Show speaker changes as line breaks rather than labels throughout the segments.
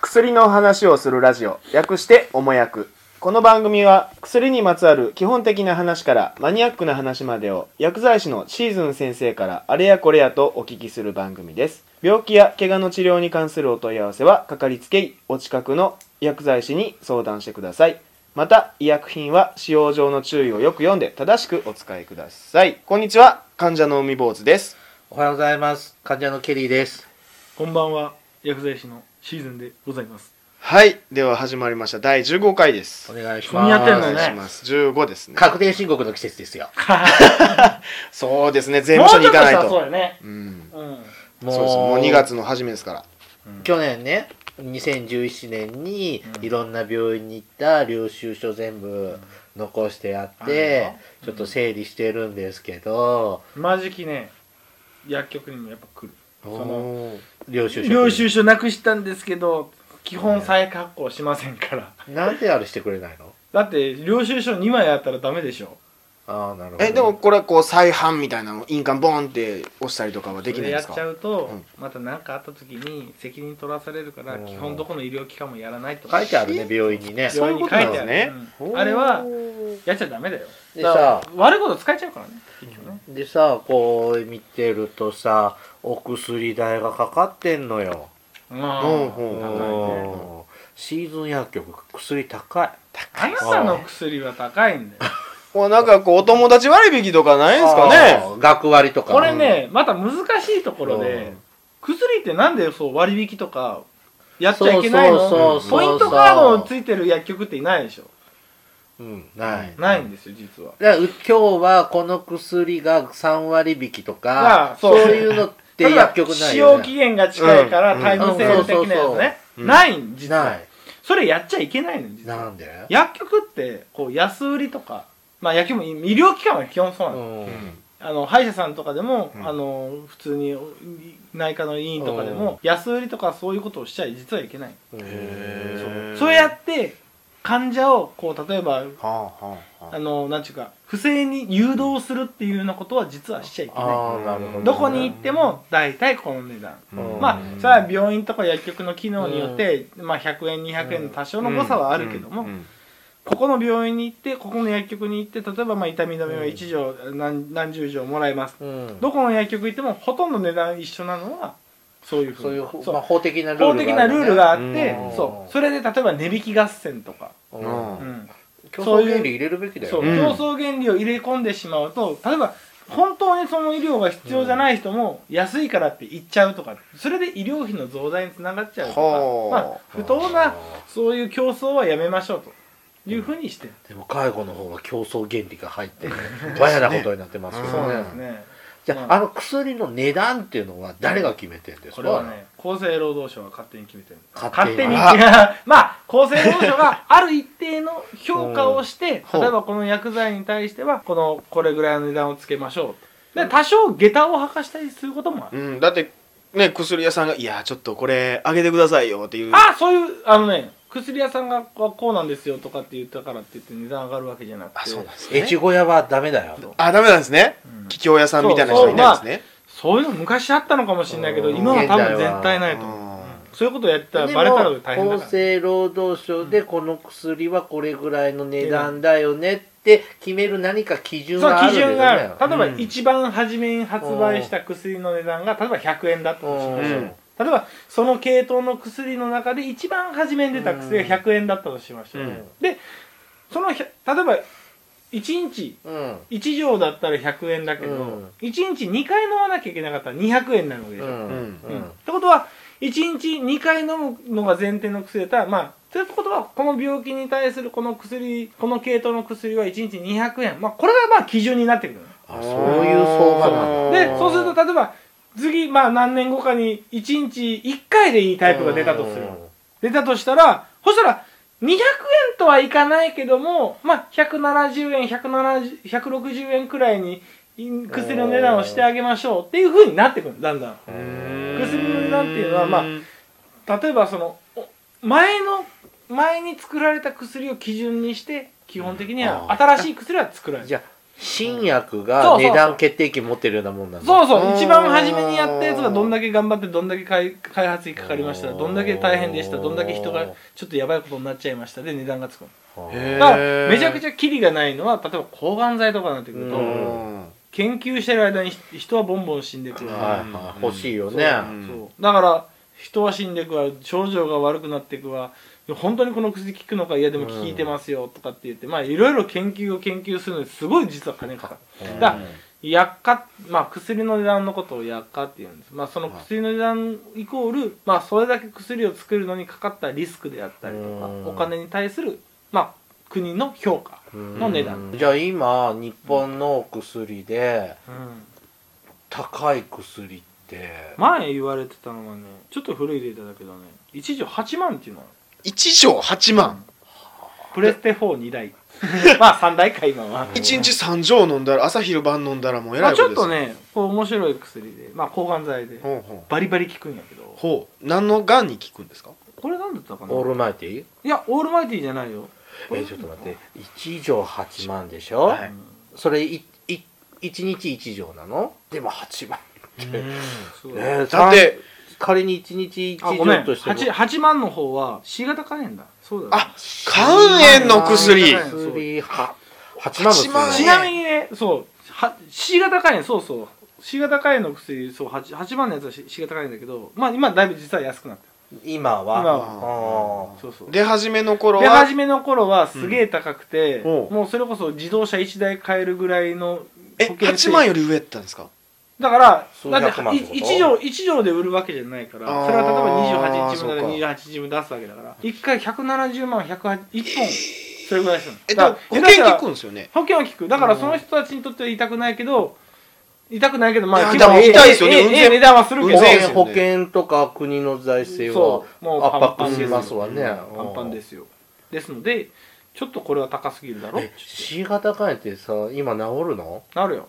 薬の話をするラジオ略しておもやくこの番組は薬にまつわる基本的な話からマニアックな話までを薬剤師のシーズン先生からあれやこれやとお聞きする番組です病気や怪我の治療に関するお問い合わせはかかりつけ医お近くの薬剤師に相談してくださいまた医薬品は使用上の注意をよく読んで正しくお使いくださいこんにちは患者の海坊主です
おはようございます。患者のケリーです。
こんばんは薬剤師のシーズンでございます
はいでは始まりました第15回です
お願いし
混み合
ます。
って
お
んの
願い
ね
します15ですね
確定申告の季節ですよ。
そうですね税務署に行かない
もうちょっさそう
と
だね
うん
うん
そうですもう2月の初めですから
去年ね、2017年にいろんな病院に行った領収書全部残してあって、ちょっと整理してるんですけど、
今時期ね薬局にもやっぱ来るそ
おー
領収書。
領収書なくしたんですけど基本再発行しませんから
なんであれしてくれないの
だって領収書2枚あったらダメでしょ
ああ、なるほど。
えでも、これこう再販みたいなの印鑑ボンって押したりとかはできないんですか
それやっちゃうと、
うん
また何かあった時に責任取らされるから
うん
基本どこの医療機関もやらないと
書いてあるね、病院にね。
そういうことなんですね
病院に書いてあるうんあれはやっちゃダメだよ
でさ、
悪いこと使えちゃうからね結局ね
でさ、こう見てるとさ、お薬代がかかってんのよ。
うん
ほうほう
高いね
うんシーズン薬局薬高い
あなたの薬は高いんだよ
おなんかこうお友達割引とかないんですか
あ
ね
ー学割とか
これねまた難しいところ
う
で
ん
薬ってなんでそう割引とかやっちゃいけない
そう
そ
の
うそうそう
ポイントカードのついてる薬局っていないでしょ
うんない
ないんですよ実は
だからう今日はこの薬が3割引きと
ま
か
あ
そ
そうう
いうのって薬局ない
使
よ
用
ね
期限が近いから
うん
タイムセール的なや
うんそうそう
つ
そう
ねないん実
な
はいそれやっちゃいけないの実
な
は
んで
薬局ってこう安売りとかまあ薬局も医療機関は基本そう
う
なんです
ん
あの歯医者さんとかでも、
うん
あの普通に内科の医院とかでも安売りとかそういうことをしちゃ実はいけない
へー
そうやって患者をこう例えば
はあはあは
あのなんていうか不正に誘導するっていうようなことは実はしちゃいけな
ああなるほど
い
ね
どこに行っても大体この値段
うん
まあそれは病院とか薬局の機能によって、まあ、100円200円の多
そ
少の誤差はあるけども、ここの病院に行ってここの薬局に行って例えばまあ痛み止めは1錠、何何十錠もらえます
うん
どこの薬局行ってもほとんど値段一緒なのはそういうふう
そう
に
いう
そ
まあ法的なルールがあ
法
るよね
的なルールがあって、
うん
そうそれで例えば値引き合戦とか、
う
うん
ん
うん
競
そ
争
ういう
原理入れるべきだ
そう
よ
うん
競争原理を入れ込んでしまうと例えば本当にその医療が必要じゃない人も安いからって言っちゃうとかそれで医療費の増大につながっちゃうとか、
ほう
まあ、不当なそういう競争はやめましょうというふうにしてる、
でも介護の方は競争原理が入ってバヤなことになってますよ
うん
ね
そうなんですね
じゃ
ま
あ、
あ
あの薬の値段っていうのは誰が決めてんですか
これはね厚生労働省が勝手に決めてる
勝
勝
手
手
に
に
あ
まあ厚生労働省がある一定の評価をして、
うん
例えばこの薬剤に対してはこのこれぐらいの値段をつけましょうで多少下駄を履かしたりすることもあ
う
る、
ん、だってね薬屋さんが「いやちょっとこれあげてくださいよ」っていう
ああそういうあのね薬屋さんがこうこうなんですよとかって言ったからって言って値段上がるわけじゃなく
あ
て
そうなんですね
越後屋はダメだよと
あダメなんですね
うん
桔梗屋さんみたいな人いないんですね
そういうの昔あったのかもしれないけど
うん
今は多分絶対ないと思う
う
そういうことやったら
で
バレたら
も
大変だ
厚
から
生労働省でこの薬はこれぐらいの値段だよねって決める何か基準
その
がある
基
んだよね
準がある例えば
うん
一番初めに発売した薬の値段が例えば100円だったとしましょう
うん
例えばその系統の薬の中で一番初めに出た薬が100円だったとしましょう、
うん
でそのひゃ例えば1日
うんうん
1錠だったら100円だけど、
うん
1日2回飲まなきゃいけなかったら200円になるわけで
う
しょ、
ん
うん
うんってことは1日2回飲むのが前提の薬だったらまあということはこの病気に対するこの薬この系統の薬は1日200円、まあ、これがまあ基準になってくるの
あそういう相場なんだ
ん
でそうすると例えば次まあ何年後かに1日1回でいいタイプが出たとする出たとしたらそしたら200円とはいかないけどもまあ170円170 160円くらいにい薬の値段をしてあげましょうっていうふうになってくるだんだん薬の値段っていうのはまあ例えばそのお前の前に作られた薬を基準にして基本的に
う
は
ん
新しい薬は作られる
じゃあ新薬
そうそ
が
うそう
値段決定権持ってるようなもんなんだ
そう
う
そうう、
ん
一番初めにやったやつがどんだけ頑張って、どんだけ開開発費かかりました、どんだけ大変でした、どんだけ人がちょっとやばいことになっちゃいましたで値段がつくの。
へ
だ
ー
から、めちゃくちゃキリがないのは、例えば抗がん剤とかになってくると、
う
うん
研究してる間にひ人はボンボン死んでくる。
はいはい欲しいよ
そう
ね
ん
そうだから、人は死んでくわ、症状が悪くなっていくわ、本当にこの薬効くのか、いやでも効いてますよとかって言って、まあいろいろ研究を研究するのに、すごい実は金かかる。
うん
だ薬価、まあ、薬の値段のことを薬価っていうんです、まあ、その薬の値段イコール、まあ、それだけ薬を作るのにかかったリスクであったりとか
うん
お金に対する、まあ、国の評価の値段、
うんじゃあ今日本の薬で
うん
高い薬って
前言われてたのはねちょっと古いデータだけどね一錠8万っていうのは
一錠八万
プレステ42台 まあ3台か今は、
一日三錠飲んだら朝昼晩飲んだらもうえ
ま
ら
あ、
い
ち
こと
ょっ
です
とねこう面白い薬で、まあ、抗がん剤で
ほうほう
バリバリ効くんやけど
ほう何のがんに効くんですか
これ何だったかな
オールマイティ
いやオールマイティじゃないよ
えーちょっと待って1錠8万でしょ、
はい
うん
それいい1日1錠なのでも8万
そう
えー
だって
仮に1日
あ
1
ごめ
錠
ん
としても
8, 8万の方は C 型肝炎だそうだよ
あ肝炎の薬
はい
薬は8万の薬
8万
ちなみにねそうは C 型肝炎そうそう C 型肝炎の薬そう 8, 8万のやつは C, C 型肝炎だけどまあ今だいぶ実は安くなって
今は
今
は
あ
るそうそう
出始めの頃
出
は
始めの頃はすげえ高くて、
うんおう
もうそれこそ自動車1台買えるぐらいの
え
保険制
八万より上やったんですか
だから
数
だって
百万ってこと
1錠一錠で売るわけじゃないから
あー
それは例えば28チームだ
そう
ら28チーム出すわけだから1回170万1 0 1本それぐらいするの
えっ
だ
と
か
保
ら下手し
険
たら
効くんですよね
保険は効くだからその人たちにとっては痛くないけど痛くないけどまあ
いやでも痛いですよね
えええ
運
え
転
え値段はする
保
けど
運転
険
ね
保険とか国の財政は
そうもうパンパン
圧迫しますわね
です
パンパンですよですのでちょっとこれは高すぎるだろ
え C 型肝炎ってさ今治るの
なるよ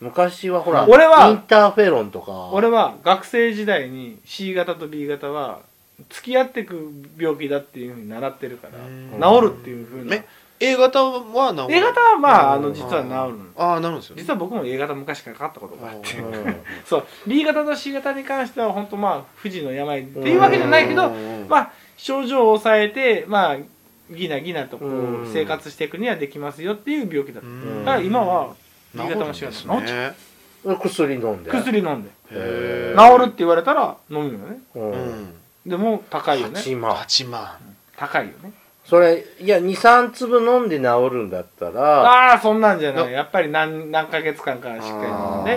昔はほら
俺は
インターフェロンとか
俺は学生時代に C 型と B 型は付き合ってく病気だっていうふうに習ってるか
うん
ら治るっていうふうな
え A 型は治る
A 型はまああ
うん
の実は治るの
ああなるんですよね
実は僕も A 型昔からかかったことがあって
うん
そう B 型と C 型に関しては本当まあ不治の病っていうわけじゃないけどまあ症状を抑えてまあギナギナとこ
う
うん生活していくにはできますよっていう病気だった
うん
だから今は B
新
型
潟
も
も
C
し
型も治っちゃ
ね
薬飲んで
う薬飲んで
へえ
へえ
治るって言われたら飲むよね
う
うんん
でも高いよね
8万
八万
高いよね
それいや23粒飲んで治るんだったら
ああーそんなんじゃな
の
いやっぱり何何ヶ月間かしっかり飲んで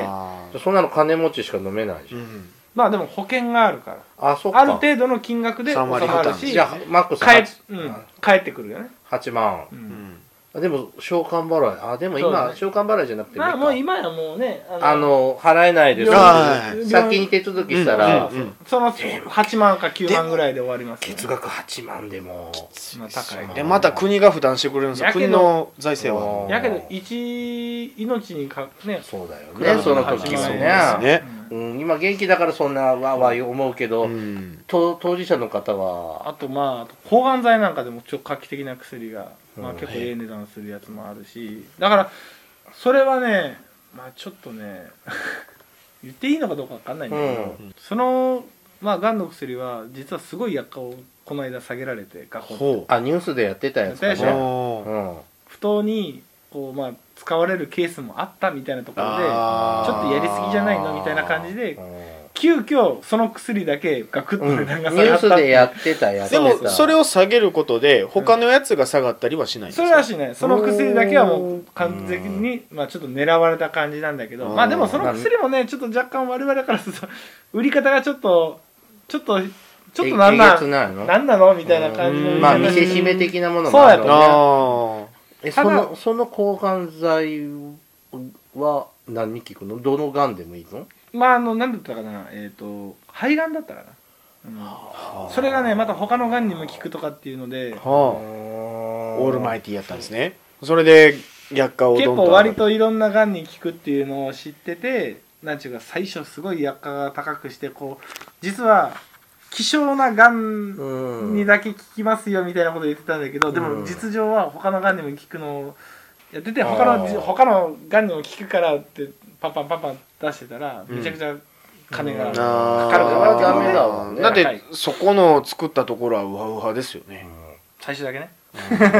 あー
そんなの金持ちしか飲めないじゃ
うんん
まあでも保険があるから
あそっか
ある程度の金額で収
3
ま
割
る
負
し
担
じゃあマックス
帰っ
8,
うん、帰ってくるよね、
8万
う
うんん
あでも償還払いあでも
そうだ
今
ね
償還払いじゃなくて
まあもう
いいか
今やもうね
あの払えないです
あー
先に手続きしたら、
うんうん
その8万か9万ぐらいで終わります、ね、
月額8万でも
まあ高いね
でまた国が負担してくれるんですよ
やけど
国の財政は
うん
やけど一命にかね
そうだよ
ね
ねその
そ
時
う
は
で
ね
すね
うん、今元気だからそんなわーわー思うけど、
うん
と当事者の方は
あとまああと抗がん剤なんかでもちょっと画期的な薬が、まあ、
うん
結構ええ値段するやつもあるしだからそれはねまあちょっとね 言っていいのかどうかわかんないんだけど、
うん
そのまあがんの薬は実はすごい薬価をこの間下げられて学校
ほう
あニュースでやってたやつか
やってたでし
ね、
ほ
う、
うん
不当にこうまあ使われるケースもあったみたいなところで
あ
ちょ
ー
っとやりすぎじゃないのみたいな感じで
うん
急遽その薬だけガクッと
うん
値
ニ
段が
ュ
下が
ー
った
ス
って
で
いう
やってたやつ
でもそれを下げることで他のやつが下がったりはしないんです
そ
か
れらしいねその薬だけはもう完全に、まあ、ちょっと狙われた感じなんだけど
うん
まあでもその薬もねちょっと若干我々からすると 売り方がちょっとちょっとちょっとなん
ええ
な
げつ
ん
ないの
なんなのみたいな感じの
うん
まあ
売り方
見
に
せしめ的なものもある
そう
の
やった
ね
あ
えそ
ただ
のその抗がん剤は何に効くのどのがんでもいいの
まああの何だったかなえっ、と肺がんだったかな、うんそれがねまた他のがんにも効くとかっていうので
あはあオ
オ
ールマイティやったんですねそれで薬価を
結
どん
構
どん
割といろんながんに効くっていうのを知っててなんちゅうか最初すごい薬価が高くしてこう実は希少ながん
うん
にだけ効きますよみたいなこと言ってたんだけど、で
う
も
ん
実情は他のがんにも効くのやってて他の
あー
他のがんにも効くからってパンパンパンパン出してたら
うん
めちゃくちゃ金
う
が
ん
か
あー
かるから
ダメだわね
だってそこの作ったところはウハウハですよね、
最初だけね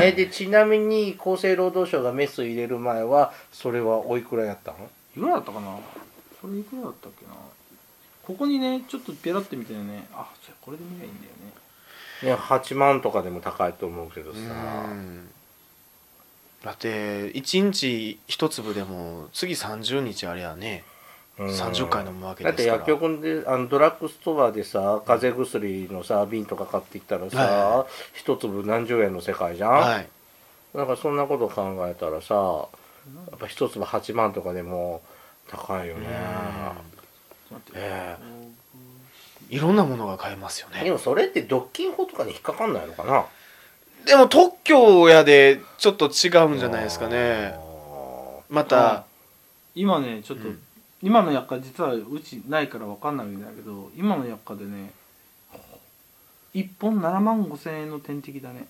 えでちなみに厚生労働省がメス入れる前はそれはおいくらやったの
いくらだったかなそれいくらだったっけなここにねちょっとペラってみてねあじゃあこれで見りゃいいんだよね
いや8万とかでも高いと思うけどさ
うんだって1日1粒でも次30日あれやね、
うん
30回飲むわけ
だっ
で
て
すから
薬局であのドラッグストアでさ風邪薬のさ瓶とか買っていったらさ一粒何十円の世界じゃん、
はい
なんかそんなこと考えたらさやっぱ一粒8万とかでも高いよね、
ちょっと待ってよ
え
いろんなものが買えますよ
えで
ね
もそれって独禁法とかに引っかかんないのかな
でも特許やでちょっと違うんじゃないですかねま
あ
た
今ねちょっと、
うん
今の薬価実はうちないから分かんないんだけど今の薬価でね1本7万5千円の点滴だね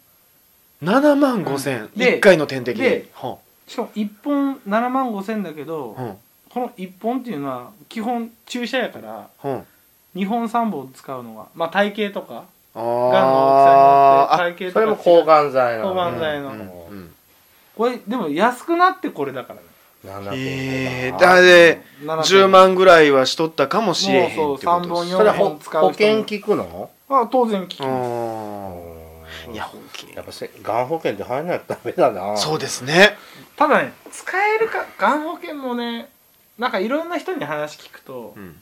7万5千
うんで
1回の点滴
で
は
しかも1本7万5千だけど、
あうん
この1本っていうのは基本注射やから
うん
2本3本使うのはまあ体型とか
あ
がんの
ーあ
大きさによって体型とか
それも抗がん剤なの
抗がん剤の
うんうん
これでも安くなってこれだからね
7.5
えー
だな
だで
7
10万ぐらいはしとったかもしれへんってことです
もうそう三本四
それは
保
保
険使う人も
保険聞くの
あ当然効きます
うんいや大きい
やっぱせがん保険って入らないとダメだな
そうですね
ただね使えるかがん保険もねなんかいろんな人に話聞くと、
うん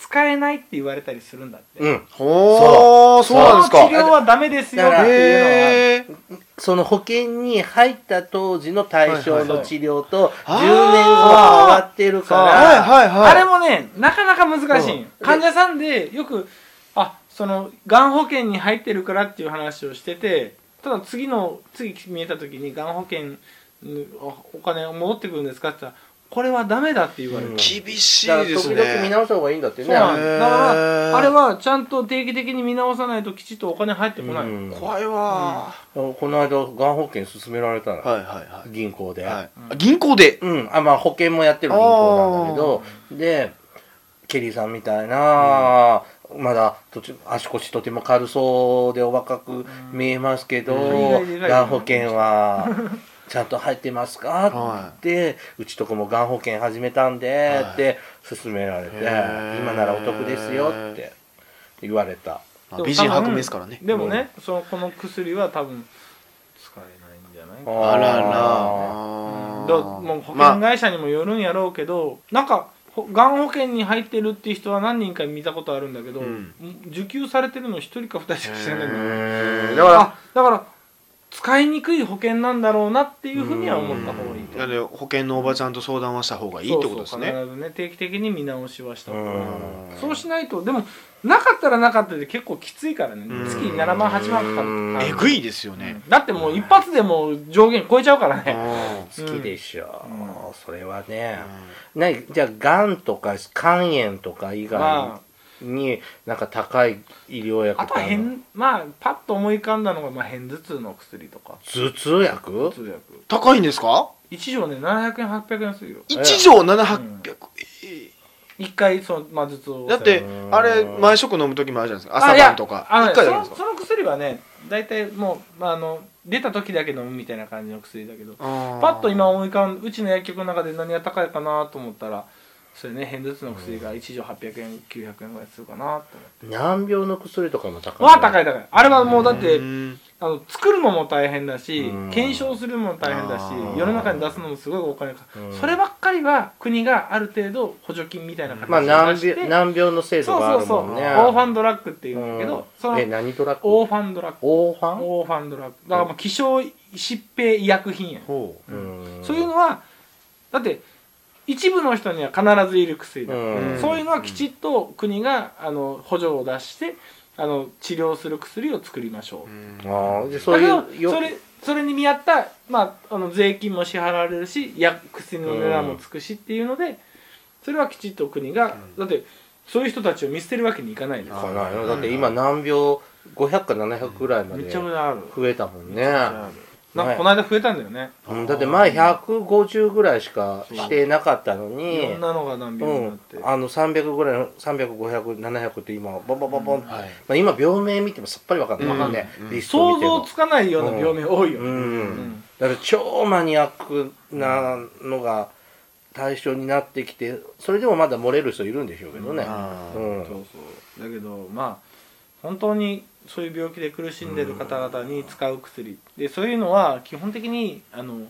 使えないって言われたりするんだって、
うん
ほーそうなんですか
この治療はダメですよっていう
へー
その保険に入った当時の対象の治療と10
はいはい
年後変わってる
あ
はいはい
か
のは、
はい
あれもねなかなか難しいんよ、
うん
患者さんでよくあそのがん保険に入ってるからっていう話をしててただ次の次見えた時にがん保険うんおお金戻ってくるんですかって言ったらこれはダメだって言われる、
うん
厳しい
らだから
です
時
ね
々見直した方がいいんだって
そうなん
ね
です
へー
だからあれはちゃんと定期的に見直さないときちっとお金入ってこない、
うん
怖いわ
この間がん保険勧められた
ー
の
はいはいはい
銀行で
はい
うん
銀行で
うんあまあ保険もやってる銀行なんだけどでケリーさんみたいなまだ途中足腰とても軽そうでお若く見えますけど
うん意外と意外と
がん保 険はちゃんと入ってますか
は
でうちとこもがん保険始めたんで
はい
って勧められて、
へー
今ならお得ですよって言われた
まあ美人白目ですからね
でもね、そのこの薬は多分使えないんじゃないか
あらら
な、
あ
だ
ー
もう保
まあ
険会社にもよるんやろうけど、なんかほがん保険に入ってるっていう人は何人か見たことあるんだけど、
うん
受給されてるの一人か二人しか知らないんだよ
へーだ
だか
からら
だから使いにくい保険なんだろうなっていうふうには思った方がいいと
なので保険のおばちゃんと相談はした方がいいってことです
そう
ね
そう必ずね定期的に見直しはした方がいい
うん
そうしないとでもなかったらなかったで結構きついからね
うん
月に7万8万かか
う
る
ん
えぐいですよね
だってもう一発でもう上限超えちゃうからね
う
好きでしょ、
う
それはね、
ん
なじゃあがんとか肝炎とか以外
ま
になんか高い医療薬
ああとは
か
変まあパッと思い浮かんだのがまあ片頭痛の薬とか
頭痛薬
頭痛薬
高いんですか
1錠ね700円800円するよ
一錠7800
1回その、まあ、頭痛を
だって
うん
あれ毎食飲む時もあるじゃないですか
あ
朝
いや
晩とか
あのね
一回だけなんで
その
すか
その薬はね大体もう、まあ、あの出た時だけ飲むみたいな感じの薬だけどパ
パ
ッと今思い浮かんうちの薬局の中で何が高いかなと思ったらそれね片頭痛の薬が1錠800円900円ぐらいするかなと思って
難病の薬とかも高い
わあ高い高いあれはもうだって
うん
あの作るのも大変だし
うん
検証するのも大変だし
あー
世の中に出すのもすごいお金かかる
うん
そればっかりは国がある程度補助金みたいな形
まあ
を出
難
して
病難病の制
そ
度
う
があ
そう
る
そう
も
オ
んね
ーファンドラッグっていうんだけ
うん
どその
え何ドラッグ
オーファンドラッグ
オーファン
オーファンドラッグだからもう希少疾病医薬品や
ほう
うん
そういうのはだって一部の人には必ずいる薬だ、
うん
そういうのはきちっと国があの補助を出してあの治療する薬を作りましょう、
ああでそう
だ
い
け
う
どそれそれに見合った、まあ、あの税金も支払われるし薬薬の値段もつくしっていうのでそれはきちっと国が、だってそういう人たちを見捨てるわけにいかないです
かないのだって今難病500か700ぐらいま
め
で
ちゃめちゃある
増えたもんね
めちゃめちゃあるなんかこの間増えたんだよね
うんだって前150ぐらいしかしてなかったの
い
に
ろんなのが難
う
病になんって、、
あの300ぐらいの300500700700って今ボンボンボンボン、
はい
まあ、今病名見てもさっぱり分かんない、
うん
わかんない
うん
リスト
想
見ても
像つかないような病名多いよね、
う
うん
ん、だから超マニアックなのが対象になってきてそれでもまだ漏れる人いるんでしょうけどね、
あ
う
ー
ん
そうそうだけどまあ本当にそういう病気で苦しんでる方々に使う薬でそういうのは基本的にあの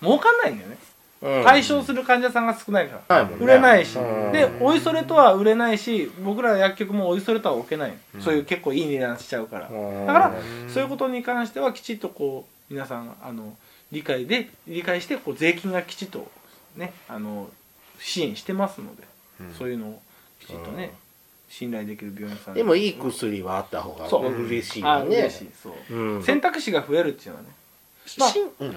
儲かんないんだよね
うん
対象する患者さんが少ないから、
ないもんね
売れないし、
うん
でおいそれとは売れないし僕ら薬局もおいそれとは置けない、そういう結構いい値段しちゃうから、
うん
だからそういうことに関してはきちっとこう皆さんあの理解で理解してこう税金がきちっとねあの支援してますので、
うん
そういうのをきちっとね、信頼できる病院さん
でもいい薬はあった方が
そう
嬉しい
あ
よね
嬉しいそう、
うん
選択肢が増えるっていうのはね、まあ
新うん
うん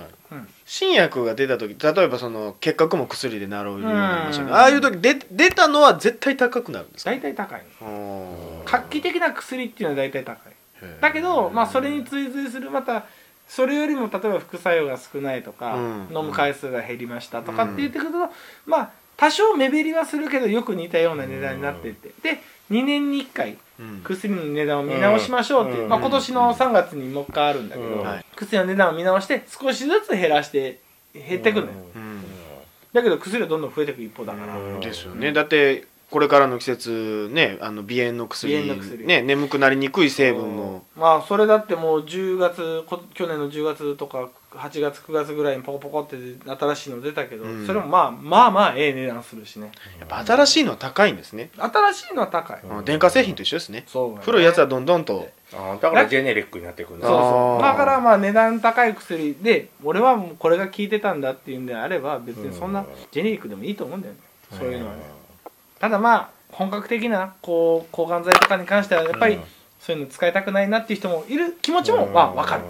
新薬が出た時例えばその結核も薬でなろうようになりましたけ
う
ど
ん
ああいう時で出たのは絶対高くなるんですか
大体高い
あー
画期的な薬っていうのは大体高い
へー
だけど、まあ、それに追随するまたそれよりも例えば副作用が少ないとか、
うん
飲む回数が減りましたとかって言ってくると、まあ多少目減りはするけどよく似たような値段になってって、で2年に1回
うん
薬の値段を見直しましょうっていう、
うん
まあ、今年の3月にもう一回あるんだけど、
うん
はい
薬の値段を見直して少しずつ減らして減ってくんだよ、
うん
だけど薬はどんどん増えていく一方だから、
うん
ですよねだってこれからの季節ねあの鼻炎の薬
鼻炎の薬
ね、眠くなりにくい成分も
まあそれだってもう10月こ去年の10月とか8月9月ぐらいにポコポコって新しいの出たけど、
うん
それもまあまあまあええ値段するしね
やっぱ新しいのは高いんですね、
新しいのは高い、
うん
電化製品と一緒ですね
そうだね
古いやつはどんどんと
あだからジェネリックになってくるん
そ
だ
うそ
あ
う
ー
だからまあ値段高い薬で俺はもうこれが効いてたんだっていうんであれば別にそん
う
なんジェネリックでもいいと思うんだよね、そういうのはねただまあ本格的なこう抗がん剤とかに関してはやっぱり
うん
そういうの使いたくないなっていう人もいる気持ちも
うん
まあ分かる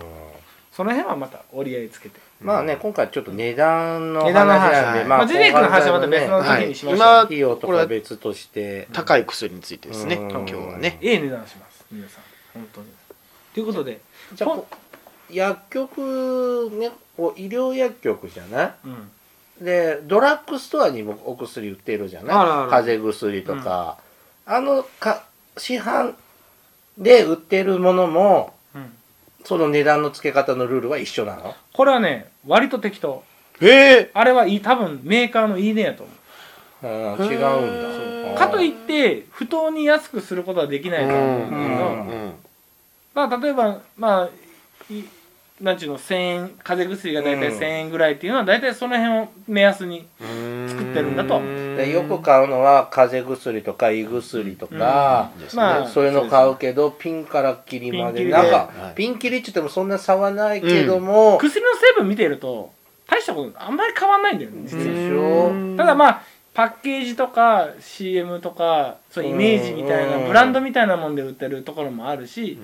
その辺はまた折り合いつけて
まあね今回ちょっと値段の話
値段の話
なんで
はい
ま
ま
あ
あジェネリックの話はまた別の
は
時
い
にしましょう
今
費用と
こ
か
れ
は
は
別として
高い薬についてですね
うん
今日はね
ええ値段します皆さん本当にということで
じゃあこ薬局ねこう医療薬局じゃない
うん
でドラッグストアにもお薬売ってるじゃない
あるある
風邪薬とか、あのか市販で売ってるものも
うん
その値段の付け方のルールは一緒なの
これはね割と適当
え
あれはいい多分メーカーのいいねやと思
うん違うん
へ
う
だ
ー
かとい
って
って不当に安くすることはできないと思うんだけ
う
ど、
ん
まあ例えばまあいなんちゅうの1000円風邪薬が大体
うん
1000円ぐらいっていうのは大体その辺を目安に作
作
ってるんだと
よく買うのは風邪薬とか胃薬とか、
ですね
まあ
そういうの買うけどピンからキリまで
ピンキリで
なんか、
はい
ピンキリって言ってもそんな差はないけども、
薬の成分見てると大したことあんまり変わんないんだよね実
う
は
ん
ただ
あ
まあパッケージとか CM とかそうイメージみたいな
うん
ブランドみたいなもんで売ってるところもあるし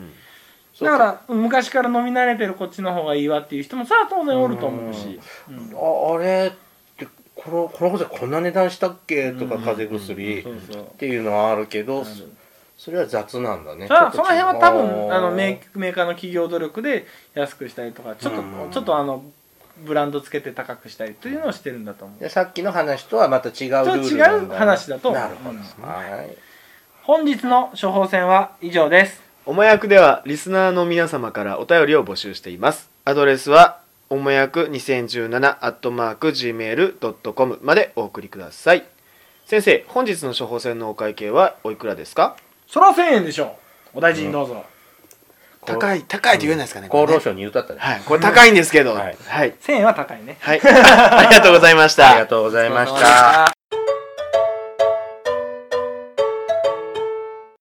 そう
だから昔から飲み慣れてるこっちの方がいいわっていう人もさあ当然おると思うし、うん
ああれってこのこのことこんな値段したっけとか
うん
風邪薬っ
そうそう
ていうのはあるけど、
ある
それは雑なんだね
それは
ち
そ
ょっ
の
と違
辺
う
は多分あのメーメーカーの企業努力で安くしたりとかちょっと
うん
ちょっとあのブランドつけて高くしたりというのをしてるんだと思う
でさっきの話とはまた違うルール
ちょっと違
なんだね
う話だと思う
なるほど、
うん
はい
本日の処方箋は以上です
おもやくではリスナーの皆様からお便りを募集していますアドレスはおもやく2017アットマーク Gmail.com までお送りください先生本日の処方箋のお会計はおいくらですか
そら1000円でしょうお大事にどうぞ、
高い高いと言えないですかね
厚
これ
労
ね
省に歌ったね、
はいこれ高いんですけど
は
はいいはい
1000円は高いね
はいありがとうございました
ありがとうございまし
お疲れ様で
た